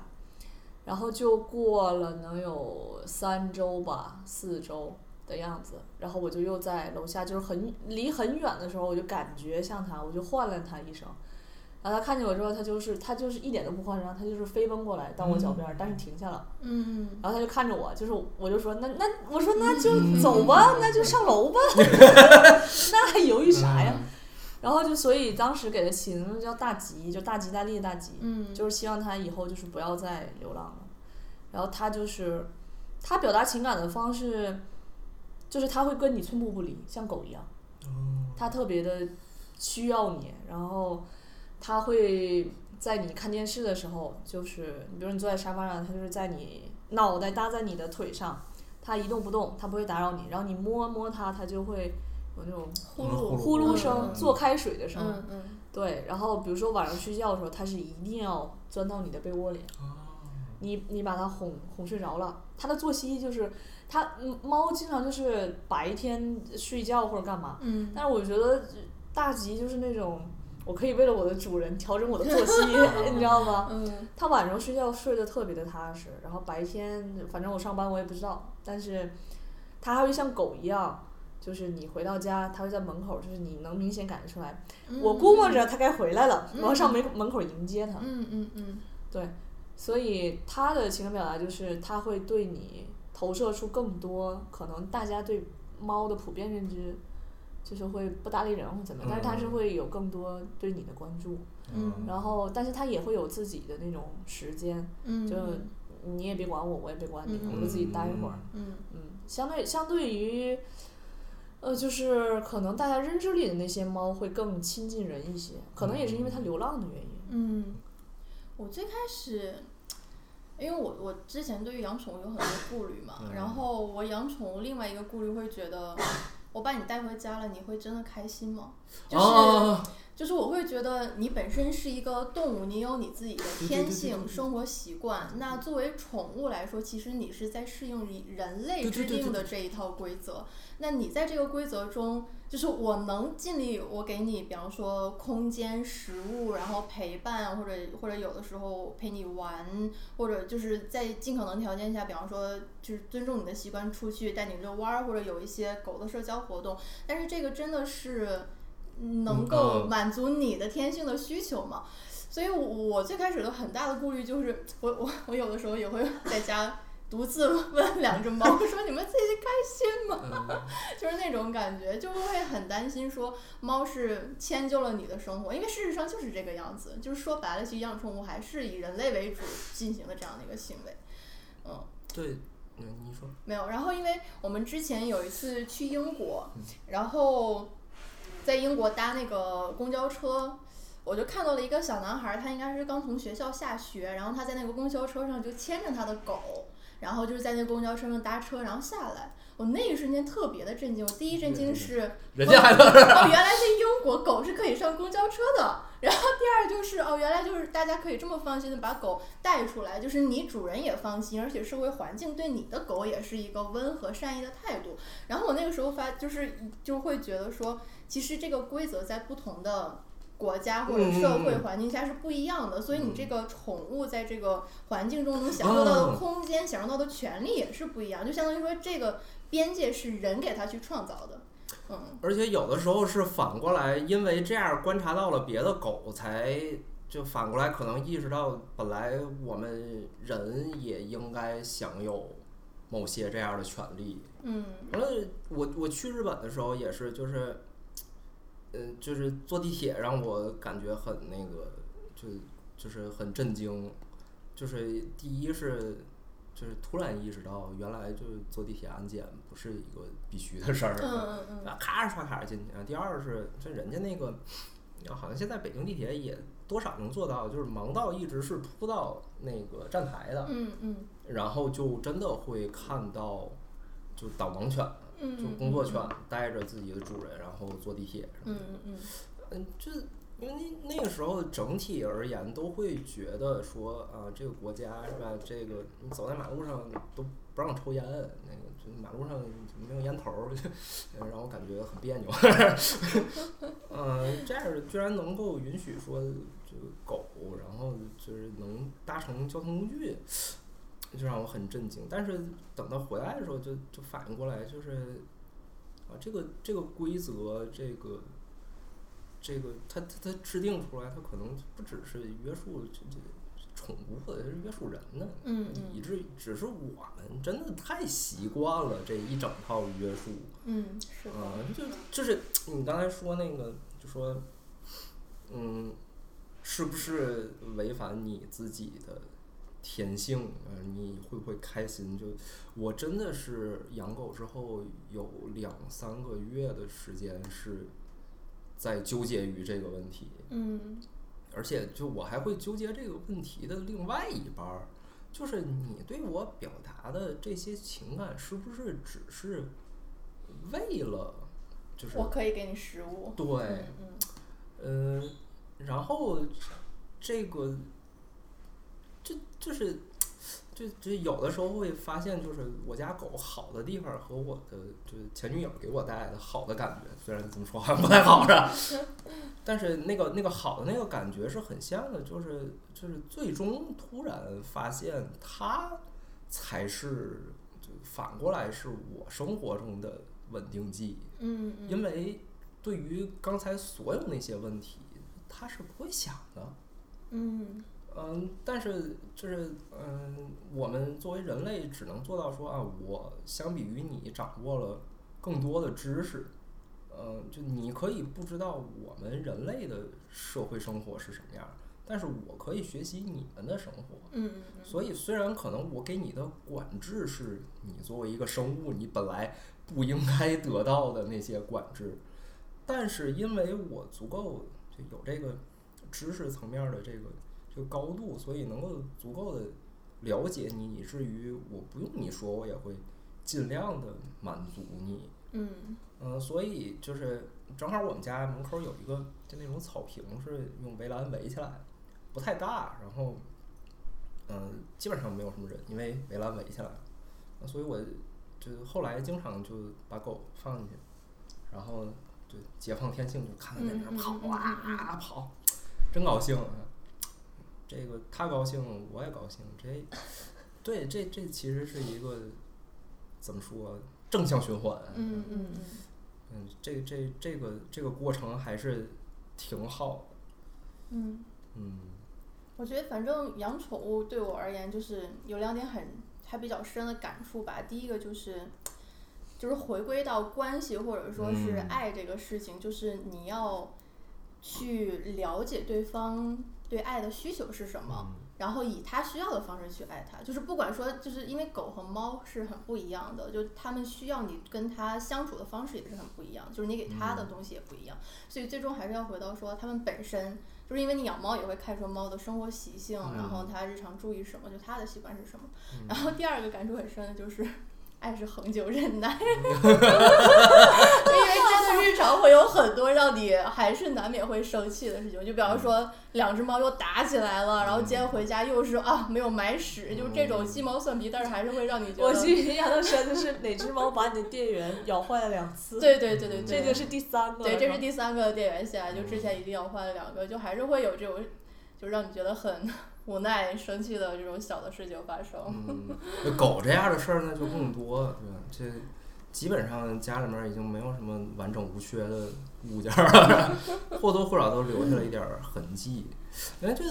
A: 然后就过了能有三周吧，四周的样子，然后我就又在楼下，就是很离很远的时候，我就感觉像它，我就唤了它一声。然后它看见我之后，它就是它就是一点都不慌张，它就是飞奔过来到我脚边儿，但是停下了。
B: 嗯，
A: 然后他就看着我，就是我就说那那我说那就走吧，那就上楼吧，那还犹豫啥呀？然后就所以当时给的起名叫大吉，就大吉大利的大吉，
B: 嗯
A: 就是希望他以后就是不要再流浪了。然后他就是他表达情感的方式，就是他会跟你寸步不离，像狗一样。他特别的需要你，然后他会在你看电视的时候，就是你比如你坐在沙发上，他就是在你脑袋搭在你的腿上，他一动不动，他不会打扰你，然后你摸摸它，它就会有那种
B: 呼噜
A: 呼噜声、
B: 嗯
A: 做开水的声，
B: 嗯嗯，
A: 对。然后比如说晚上睡觉的时候，它是一定要钻到你的被窝里，你你把它哄哄睡着了，它的作息就是它嗯猫经常就是白天睡觉或者干嘛，
B: 嗯
A: 但是我觉得大吉就是那种，我可以为了我的主人调整我的作息， 你知道吗？
B: 嗯
A: 他晚上睡觉睡得特别的踏实，然后白天反正我上班我也不知道，但是他还会像狗一样，就是你回到家，他会在门口，就是你能明显感觉出来，
B: 嗯，
A: 我估摸着他该回来了，我要上
B: 嗯
A: 门门口迎接他。
B: 嗯，嗯嗯
A: 对，所以他的情感表达就是他会对你投射出更多可能大家对猫的普遍认知，就是会不搭理人或怎么样，但是它是
C: 嗯
A: 会有更多对你的关注，
B: 嗯
A: 然后但是它也会有自己的那种时间，
B: 嗯，
A: 就
B: 嗯
A: 你也别管我，我也别管你，
B: 嗯
A: 我就自己待一会儿。
B: 嗯
A: 嗯，相对相对于，呃，就是可能大家认知里的那些猫会更亲近人一些，可能也是因为它流浪的原因。
B: 嗯，我最开始，因为我我之前对于养宠物有很多顾虑嘛，
C: 嗯
B: 然后我养宠物另外一个顾虑会觉得，我把你带回家了，你会真的开心吗？就是、
C: 哦，
B: 就是我会觉得你本身是一个动物，你有你自己的
C: 对对对
B: 天
C: 对
B: 性、
C: 对
B: 生活习惯。那作为宠物来说，其实你是在适应人人类
C: 对对
B: 制
C: 对对
B: 定的这一套规则。那你在这个规则中，就是我能尽力，我给你，比方说空间、食物，然后陪伴，或者或者有的时候陪你玩，或者就是在尽可能条件下，比方说就是尊重你的习惯，出去带你遛弯儿，或者有一些狗的社交活动。但是这个真的是能够
C: 嗯
B: 满足你的天性的需求吗？所以我，我最开始的很大的顾虑就是，我我我有的时候也会 在家独自问两只猫，说你们自己开心吗？
C: 嗯
B: 就是那种感觉，就会很担心说猫是迁就了你的生活，因为事实上就是这个样子，就是说白了，其实养宠物还是以人类为主进行的这样的一个行为。嗯，
C: 对，嗯，你说，
B: 没有。然后，因为我们之前有一次去英国，然后在英国搭那个公交车，我就看到了一个小男孩，他应该是刚从学校下学，然后他在那个公交车上就牵着他的狗，然后就是在那公交车上搭车，然后下来。我那一瞬间特别的震惊，我第一震惊是
C: 人家还能
B: 哦，原来在英国狗是可以上公交车的。然后第二就是哦，原来就是大家可以这么放心的把狗带出来，就是你主人也放心，而且社会环境对你的狗也是一个温和善意的态度。然后我那个时候发就是就会觉得说，其实这个规则在不同的。国家或者社会
C: 嗯嗯嗯
B: 环境下是不一样的，所以你这个宠物在这个环境中能享
C: 哦
B: 受到的空间、享受到的权利也是不一样，就相当于说这个边界是人给它去创造的，嗯。
C: 而且有的时候是反过来，因为这样观察到了别的狗，才就反过来可能意识到，本来我们人也应该享有某些这样的权利。
B: 嗯
C: 完了，我我去日本的时候也是，就是，呃，就是坐地铁让我感觉很那个，就就是很震惊，就是第一是。就是突然意识到，原来就是坐地铁安检不是一个必须的事儿。
B: 嗯嗯嗯，
C: 啊，咔刷卡进去啊。第二是，就人家那个，啊好像现在北京地铁也多少能做到，就是盲道一直是铺到那个站台的，
B: 嗯嗯
C: 然后就真的会看到，就导盲犬，
B: 嗯，
C: 就工作犬带着自己的主人，然后坐地铁什么
B: 嗯
C: 的。
B: 嗯嗯
C: 嗯，就因为那那个时候整体而言都会觉得说啊，这个国家是吧？这个你走在马路上都不让抽烟，那个就马路上没有烟头儿， 就呃让我感觉很别扭。 嗯，这样儿居然能够允许说这个狗，然后就是能搭乘交通工具。就让我很震惊，但是等到回来的时候就，就反应过来，就是啊，这个这个规则，这个这个它它它制定出来，它可能不只是约束这这宠物，或者是约束人呢，
B: 嗯
C: 以
B: 嗯
C: 至于只是我们真的太习惯了这一整套约束，
B: 嗯，是的，
C: 啊，就就是你刚才说那个，就说，嗯，是不是违反你自己的天性？呃，你会不会开心？就我真的是养狗之后有两三个月的时间是在纠结于这个问题，
B: 嗯
C: 而且就我还会纠结这个问题的另外一半儿，就是你对我表达的这些情感是不是只是为了，就是
B: 我可以给你食物，
C: 对
B: 嗯，嗯
C: 嗯、然后这个，这就是。就就有的时候会发现，就是我家狗好的地方和我的就是前女友给我带来的好的感觉，虽然这么说好像不太好是吧？ 但是那个那个好的那个感觉是很像的，就是就是最终突然发现它才是就反过来是我生活中的稳定剂，
B: 嗯嗯，
C: 因为对于刚才所有那些问题，他是不会想的。
B: 嗯
C: 嗯，但是就是嗯，我们作为人类只能做到说啊，我相比于你掌握了更多的知识，嗯，就你可以不知道我们人类的社会生活是什么样儿，但是我可以学习你们的生活。
B: 嗯嗯
C: 所以，虽然可能我给你的管制是你作为一个生物，你本来不应该得到的那些管制，但是因为我足够就有这个知识层面的这个这个高度，所以能够足够的了解你，以至于我不用你说，我也会尽量的满足你。
B: 嗯
C: 嗯、所以就是正好我们家门口有一个就那种草坪，是用围栏围起来的，不太大，然后嗯、基本上没有什么人，因为围栏围起来了，呃所以我就后来经常就把狗放进去，然后就解放天性，就看它在那儿跑啊、跑，真高兴啊！这个它高兴，我也高兴，这对这这其实是一个怎么说正向循环，啊
B: 嗯嗯
C: 嗯，这这这个这个过程还是挺好的，
B: 嗯，
C: 嗯
B: 我觉得反正养宠物对我而言就是有两点很还比较深的感触吧。第一个就是。就是回归到关系或者说是
C: 嗯
B: 爱这个事情，就是你要去了解对方对爱的需求是什么，然后以他需要的方式去爱他，就是不管说，就是因为狗和猫是很不一样的，就是它们需要你跟它相处的方式也是很不一样，就是你给它的东西也不一样，所以最终还是要回到说它们本身，就是因为你养猫也会看出猫的生活习性，
C: 嗯
B: 然后它日常注意什么，就它的习惯是什么。然后第二个感触很深的就是，爱是恒久忍耐，因为真的日常会有很多让你还是难免会生气的事情，就比方说两只猫又打起来了，然后今天回家又是啊没有买屎，就这种鸡毛蒜皮，但是还是会让你觉
A: 我
B: 得，
A: 去亚当山就是哪只猫把你的电源咬坏了两次，，
B: 对对对对
A: 这
B: 对，
A: 就是第三个了，
B: 对，这是
A: 第
B: 第三个电源线，就之前已经咬坏了两个，就还是会有这种，就让你觉得很无奈、生气的这种小的事情发生。
C: 嗯，那狗这样的事儿那就更多了，对吧？这基本上家里面已经没有什么完整无缺的物件儿了， 或多或少都留下了一点儿痕迹。因为这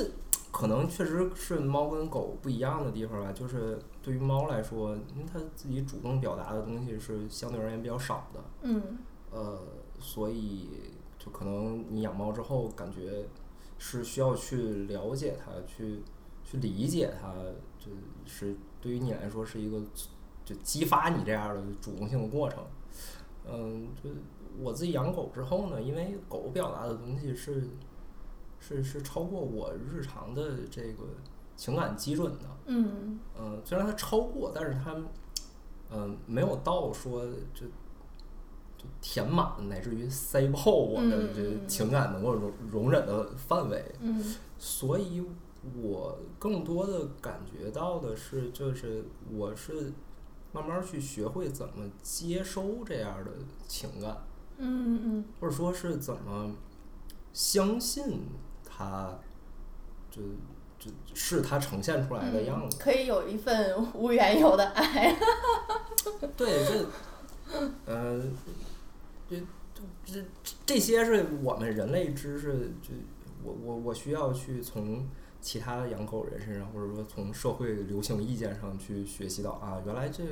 C: 可能确实是猫跟狗不一样的地方吧，就是对于猫来说，因为它自己主动表达的东西是相对而言比较少的，
B: 嗯
C: 呃，所以就可能你养猫之后，感觉是需要去了解它，去去理解它，就是对于你来说是一个就激发你这样的主动性的过程。嗯，就我自己养狗之后呢，因为狗表达的东西是是是超过我日常的这个情感基准的，
B: 嗯
C: 嗯，虽然它超过，但是它，嗯，没有到说就就填满，乃至于塞爆我的
B: 嗯嗯
C: 这
B: 嗯
C: 情感能够容容忍的范围，
B: 嗯
C: 所以我更多的感觉到的是，就是我是慢慢去学会怎么接收这样的情感，
B: 嗯嗯
C: 或者说是怎么相信它，就就是它呈现出
B: 嗯
C: 来的样子。
B: 可以有一份无缘由的爱。
C: 对，这，呃，这这这这些是我们人类知识，就我我我需要去从其他养狗人身上，或者说从社会流行意见上去学习到啊，原来这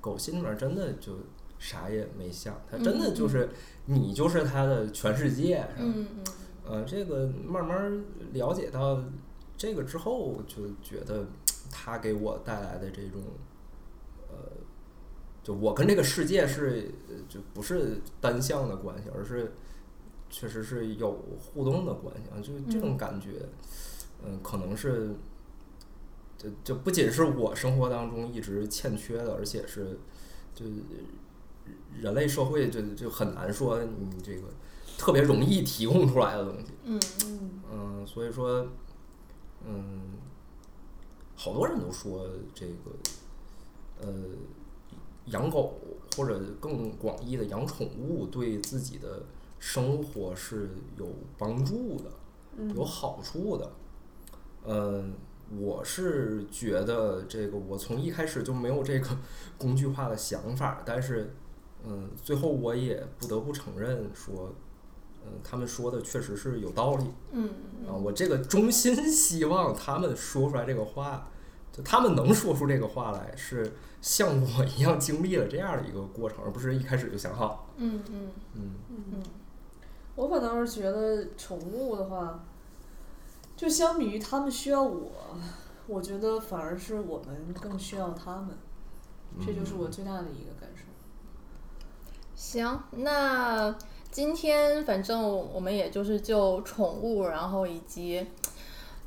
C: 狗心里面真的就啥也没想，它真的就是、你就是它的全世界，是吧
B: 嗯嗯
C: 呃，这个慢慢了解到这个之后，就觉得它给我带来的这种，呃，就我跟这个世界是呃就不是单向的关系，而是确实是有互动的关系啊，就是这种
B: 嗯
C: 感觉，嗯、可能是。就就不仅是我生活当中一直欠缺的，而且是，就人类社会就就很难说你这个特别容易提供出来的东西。
B: 嗯
A: 嗯
C: 嗯，所以说，嗯，好多人都说这个，呃，养狗或者更广义的养宠物，对自己的生活是有帮助的。
A: 嗯
C: 有好处的。嗯，我是觉得这个，我从一开始就没有这个工具化的想法，但是，嗯，最后我也不得不承认说，嗯，他们说的确实是有道理
B: 嗯
C: 啊。我这个衷心希望他们说出来这个话，就他们能说出这个话来，是像我一样经历了这样的一个过程，而不是一开始就想好。
B: 嗯嗯
C: 嗯
B: 嗯
A: 我反倒是觉得宠物的话，就相比于它们需要我，我觉得反而是我们更需要它们，这就是我最大的一个感
B: 嗯
A: 受。
B: 行，那今天反正我们也就是就宠物，然后以及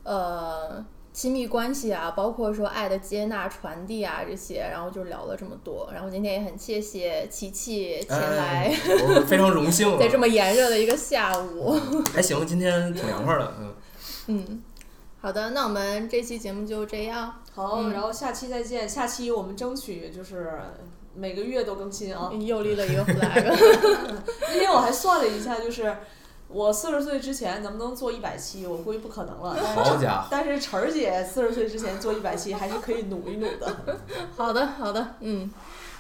B: 呃亲密关系啊，包括说爱的接纳、传递啊这些，然后就聊了这么多。然后今天也很谢谢琪琪前来，
C: 哎，我非常荣幸 啊
B: 在这么炎热的一个下午。
C: 还行，今天挺凉快的，嗯，
B: 嗯，好的，那我们这期节目就这样。
A: 好，
B: 嗯
A: 然后下期再见。下期我们争取就是每个月都更新啊。
B: 又立了一个 flag，
A: 那天我还算了一下，就是我四十岁之前能不能做一百期，我估计不可能了。但
C: 好
A: 是
C: 家伙，
A: 但是晨儿姐四十岁之前做一百期还是可以努一努的。
B: 好的，好的，嗯，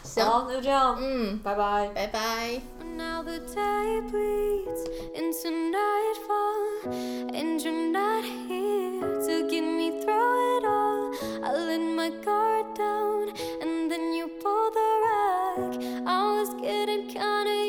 B: 行，
A: 好，那就这样，
B: 嗯，
A: 拜拜。
B: 拜拜。
D: And now the day bleeds into nightfall, and you're not here to get me through it all. I let my guard down, and then you pulled the rug. I was getting kinda